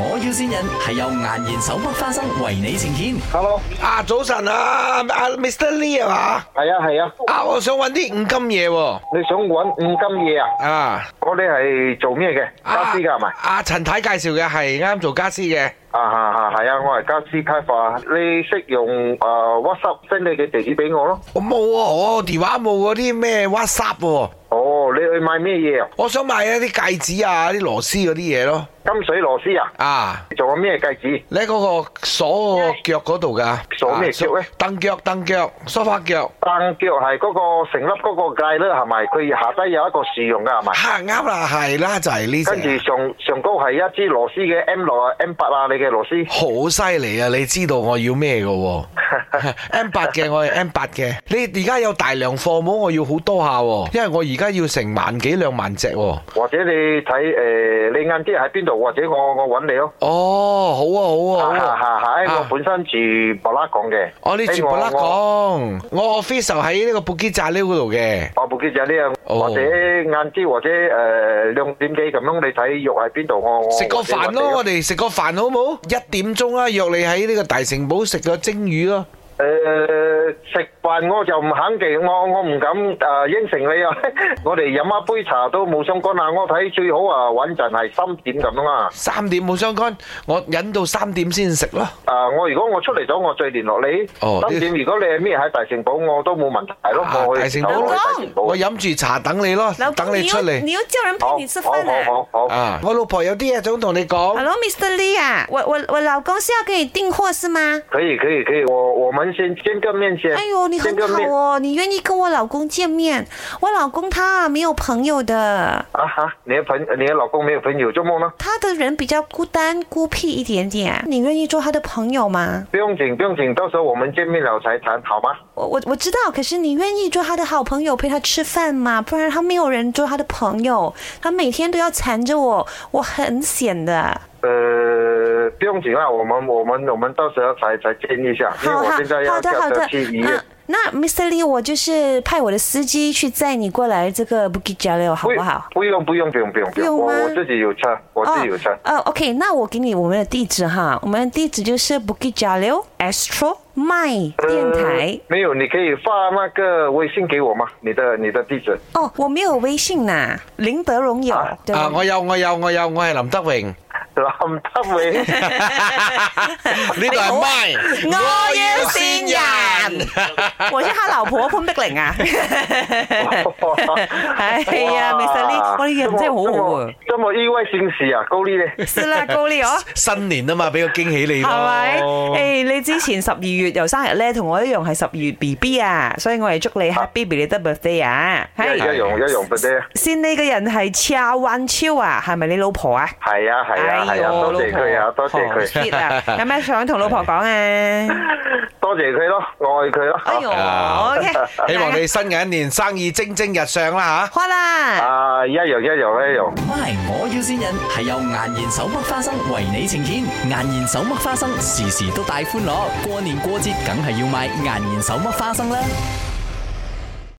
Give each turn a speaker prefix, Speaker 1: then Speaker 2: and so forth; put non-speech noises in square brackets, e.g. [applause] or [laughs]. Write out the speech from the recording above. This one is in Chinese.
Speaker 1: 我要先人係由顏然手剝花生為你呈現。
Speaker 2: Hello，
Speaker 3: 啊，早晨啊，啊，Mr. Lee 啊嘛，
Speaker 2: 係啊係啊，
Speaker 3: 啊，我想揾啲五金嘢喎，
Speaker 2: 你想揾五金嘢啊？
Speaker 3: 啊，
Speaker 2: 嗰啲係做咩嘅？家私㗎係咪？
Speaker 3: 啊，陳太介紹嘅係啱做家私嘅，
Speaker 2: 啊嚇嚇係啊，我係家私批發，你識用誒 WhatsApp send 你嘅地址俾我咯。
Speaker 3: 我冇啊，我電話冇嗰啲咩 WhatsApp 喎，
Speaker 2: 哦，你去買咩嘢啊？
Speaker 3: 我想買一啲戒指啊，啲螺絲嗰啲嘢咯，
Speaker 2: 金水螺絲啊？
Speaker 3: 啊，
Speaker 2: 做緊咩戒指？
Speaker 3: 你喺嗰個鎖個腳嗰度㗎，
Speaker 2: 鎖咩腳呢啊
Speaker 3: 啊凳腳凳腳，梳化腳，
Speaker 2: 凳腳係嗰個成粒嗰個戒咧係咪？佢下低有一個樹用㗎係咪？
Speaker 3: 嚇啊啱啦，係啦，就係呢
Speaker 2: 跟
Speaker 3: 隻啊
Speaker 2: 住。上上高係一支螺絲嘅 M 六啊 M 八啊，你嘅螺絲。
Speaker 3: 好犀利啊！你知道我要咩嘅喎 [laughs] ？M 八嘅我係 M 八嘅。你而家有大量貨冇？我要好多下喎，因為我而家要成萬幾兩萬隻喎。
Speaker 2: 或者你睇誒、呃你晏啲喺邊度，或者我我揾你咯。
Speaker 3: 哦，好啊，好哦啊，好啊。
Speaker 2: 係哎係，我
Speaker 3: 啊
Speaker 2: 本身住布拉港嘅。
Speaker 3: 我呢全部啦講，我 office 就喺呢個布基扎呢嗰度嘅。
Speaker 2: 我部機啊就呢樣，
Speaker 3: 哦
Speaker 2: 或者晏啲或者誒兩點幾咁樣，你睇肉喺邊度，我我
Speaker 3: 食個飯咯，我
Speaker 2: 誒、
Speaker 3: 哋食個飯好冇？一點鐘啊，約你喺呢個大城堡食個蒸魚咯。
Speaker 2: 呃食飯我就唔肯定，我我唔敢誒、呃應承你啊！ [laughs] 我哋飲一杯茶都冇相干啊！我睇最好啊穩陣係三點咁樣啊！
Speaker 3: 三點冇相干，我忍到三點先食咯。
Speaker 2: 啊！我如果我出嚟咗，我再聯絡你。
Speaker 3: 哦
Speaker 2: 三點，如果你係咩喺大城堡，我都冇問題咯。
Speaker 3: 啊
Speaker 2: 我去
Speaker 3: 大城堡
Speaker 2: 我去大城堡
Speaker 3: 我飲住茶等你咯
Speaker 4: 老，
Speaker 3: 等
Speaker 4: 公，
Speaker 3: 你
Speaker 4: 你
Speaker 3: 出
Speaker 4: 又
Speaker 3: 嚟。
Speaker 4: 你又叫人陪
Speaker 2: 好
Speaker 4: 你吃饭呢、
Speaker 2: 好好好好，
Speaker 3: 啊，我老婆有啲嘢想同你講。
Speaker 4: Hello，Mr. Lee 啊，我我我老公是要给你订货是吗？
Speaker 2: 可以可以可以，我我们先见个面先。
Speaker 4: 哎呦，你
Speaker 2: 见
Speaker 4: 很
Speaker 2: 个
Speaker 4: 好
Speaker 2: 面
Speaker 4: 哦，你愿意跟我老公见面。我老公他没有朋友的，
Speaker 2: 啊哈！你的朋你的老公没有朋友做梦呢？
Speaker 4: 他的人比较孤单孤僻一点点。你愿意做他的朋友吗？
Speaker 2: 不用紧不用紧，到时候我们见面了才谈好吗？
Speaker 4: 我我我知道，可是你愿意做他的好朋友，陪他吃饭吗？不然他没有人做他的朋友，他每天都要缠着我，我很险的。
Speaker 2: 呃，不用紧啦，我们我们我们到时候才才见一下，因为
Speaker 4: 好
Speaker 2: 我
Speaker 4: 好
Speaker 2: 现在要
Speaker 4: 好的好
Speaker 2: 赶
Speaker 4: 的
Speaker 2: 着去医院
Speaker 4: 啊。那 Mr. Lee，我就是派我的司机去载你过来这个 Bukit Jalil，好不好？
Speaker 2: 不用不用不用不用不
Speaker 4: 不用
Speaker 2: 我
Speaker 4: 吗哦
Speaker 2: 我自己有车，我自己有车。
Speaker 4: 呃，OK，那我给你我们的地址哈，我们的地址就是 Bukit Jalil Astro My 电台
Speaker 2: 呃。没有，你可以发那个微信给我吗？你的你的地址。 [laughs]
Speaker 4: 哦，我没有微信呐，林德荣有
Speaker 2: 呃啊，
Speaker 4: 对
Speaker 3: 啊，
Speaker 4: 吧？
Speaker 3: 我有我有我有，我係林德榮，
Speaker 2: 林德伟，
Speaker 3: 呢度係
Speaker 4: 好啊
Speaker 3: My，
Speaker 4: 我要善人，我是他老婆潘碧
Speaker 2: [laughs]
Speaker 4: 玲啊。 [laughs] 係啊，Mr. Lee，我哋人真係好好
Speaker 2: [laughs]
Speaker 4: 啊。
Speaker 2: 咁我意外先事啊，高呢咧。
Speaker 4: 是啦，高麗哦。
Speaker 3: 新年啊嘛，俾個驚喜你
Speaker 4: 係咪？
Speaker 3: 咯。
Speaker 4: 誒，你之前十二月又生日咧，同我一樣係十二月 B B 啊，所以我係祝你 Happy belated birthday 啊！
Speaker 2: 一一
Speaker 4: 係。
Speaker 2: 樣一樣不啫。
Speaker 4: 先你嘅人係超彎超啊，係咪你老婆啊？
Speaker 2: 係啊係啊係
Speaker 4: 哎呦
Speaker 2: 啊，多謝佢啊，
Speaker 4: 老
Speaker 2: 多
Speaker 4: 婆
Speaker 2: 謝佢，
Speaker 4: 好 sweet 啊！有咩想同老婆講啊？
Speaker 2: [laughs]
Speaker 4: 哎
Speaker 2: 多謝佢咯，愛佢咯。
Speaker 4: 呦
Speaker 2: [laughs]
Speaker 3: 啊
Speaker 4: ，OK，
Speaker 3: 希望你新嘅一年生意蒸蒸日上啦嚇。
Speaker 4: 花啦。
Speaker 2: 啊，一樣一樣一樣。
Speaker 1: My，我要先人係由顏然手剝花生為你呈現。顏然手剝花生時時都帶歡樂，過年過節梗係要買顏然手剝花生啦。